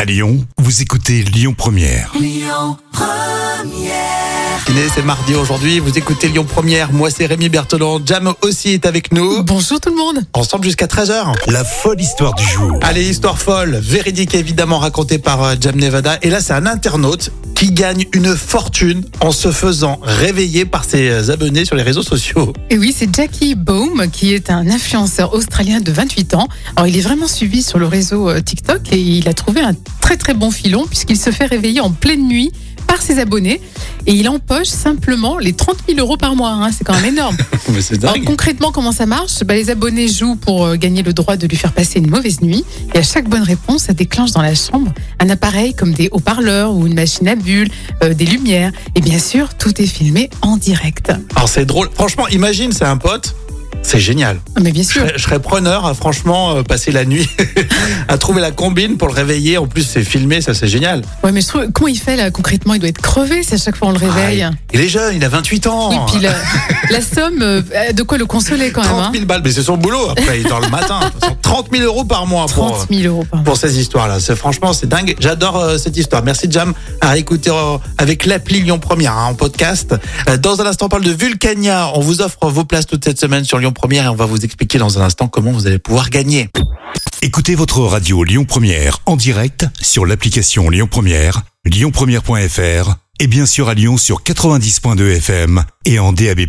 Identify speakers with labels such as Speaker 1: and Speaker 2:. Speaker 1: À Lyon, vous écoutez Lyon Première.
Speaker 2: Inès, c'est mardi aujourd'hui, vous écoutez Lyon Première, moi c'est Rémi Bertolon, Jam aussi est avec nous,
Speaker 3: Bonjour tout le monde.
Speaker 2: ensemble jusqu'à 13h.
Speaker 1: La folle histoire du jour.
Speaker 2: Allez, histoire folle, véridique évidemment racontée par euh, Jam Nevada, et là c'est un internaute qui gagne une fortune en se faisant réveiller par ses euh, abonnés sur les réseaux sociaux.
Speaker 3: Et oui, c'est Jackie Baum qui est un influenceur australien de 28 ans. Alors, il est vraiment suivi sur le réseau euh, TikTok et il a trouvé un très très bon filon puisqu'il se fait réveiller en pleine nuit par ses abonnés et il empoche simplement les 30 000 euros par mois. hein. C'est quand même énorme.
Speaker 2: Mais c'est
Speaker 3: Alors, concrètement, comment ça marche Bah, Les abonnés jouent pour euh, gagner le droit de lui faire passer une mauvaise nuit. Et à chaque bonne réponse, ça déclenche dans la chambre un appareil comme des haut-parleurs ou une machine à bulles, euh, des lumières. Et bien sûr, tout est filmé en direct.
Speaker 2: Alors c'est drôle, franchement imagine c'est un pote, c'est génial.
Speaker 3: Ah, Mais bien
Speaker 2: Je
Speaker 3: sûr.
Speaker 2: serais, je serais preneur à franchement euh, passer la nuit à trouver la combine pour le réveiller, en plus c'est filmé, ça c'est génial.
Speaker 3: Ouais, mais je trouve, comment il fait là concrètement Il doit être crevé si à chaque fois on le
Speaker 2: Ah,
Speaker 3: réveille.
Speaker 2: Il est hein. jeune, il a 28 ans.
Speaker 3: oui, puis la, la somme, euh, de quoi le consoler quand même. hein.
Speaker 2: 30 000 balles, mais c'est son boulot après, il dort le matin. De toute façon, 30 000 euros par mois pour,
Speaker 3: 30 000 euros par mois.
Speaker 2: pour ces histoires-là. C'est, franchement, c'est dingue. J'adore euh, cette histoire. Merci Jam à écouter euh, avec l'appli Lyon Première hein, en podcast. Euh, dans un instant, on parle de Vulcania. On vous offre vos places toute cette semaine sur Lyon Première et on va vous expliquer dans un instant comment vous allez pouvoir gagner.
Speaker 1: Écoutez votre radio Lyon Première en direct sur l'application Lyon Première, lyonpremière.fr et bien sûr à Lyon sur 90.2 FM et en DAB+.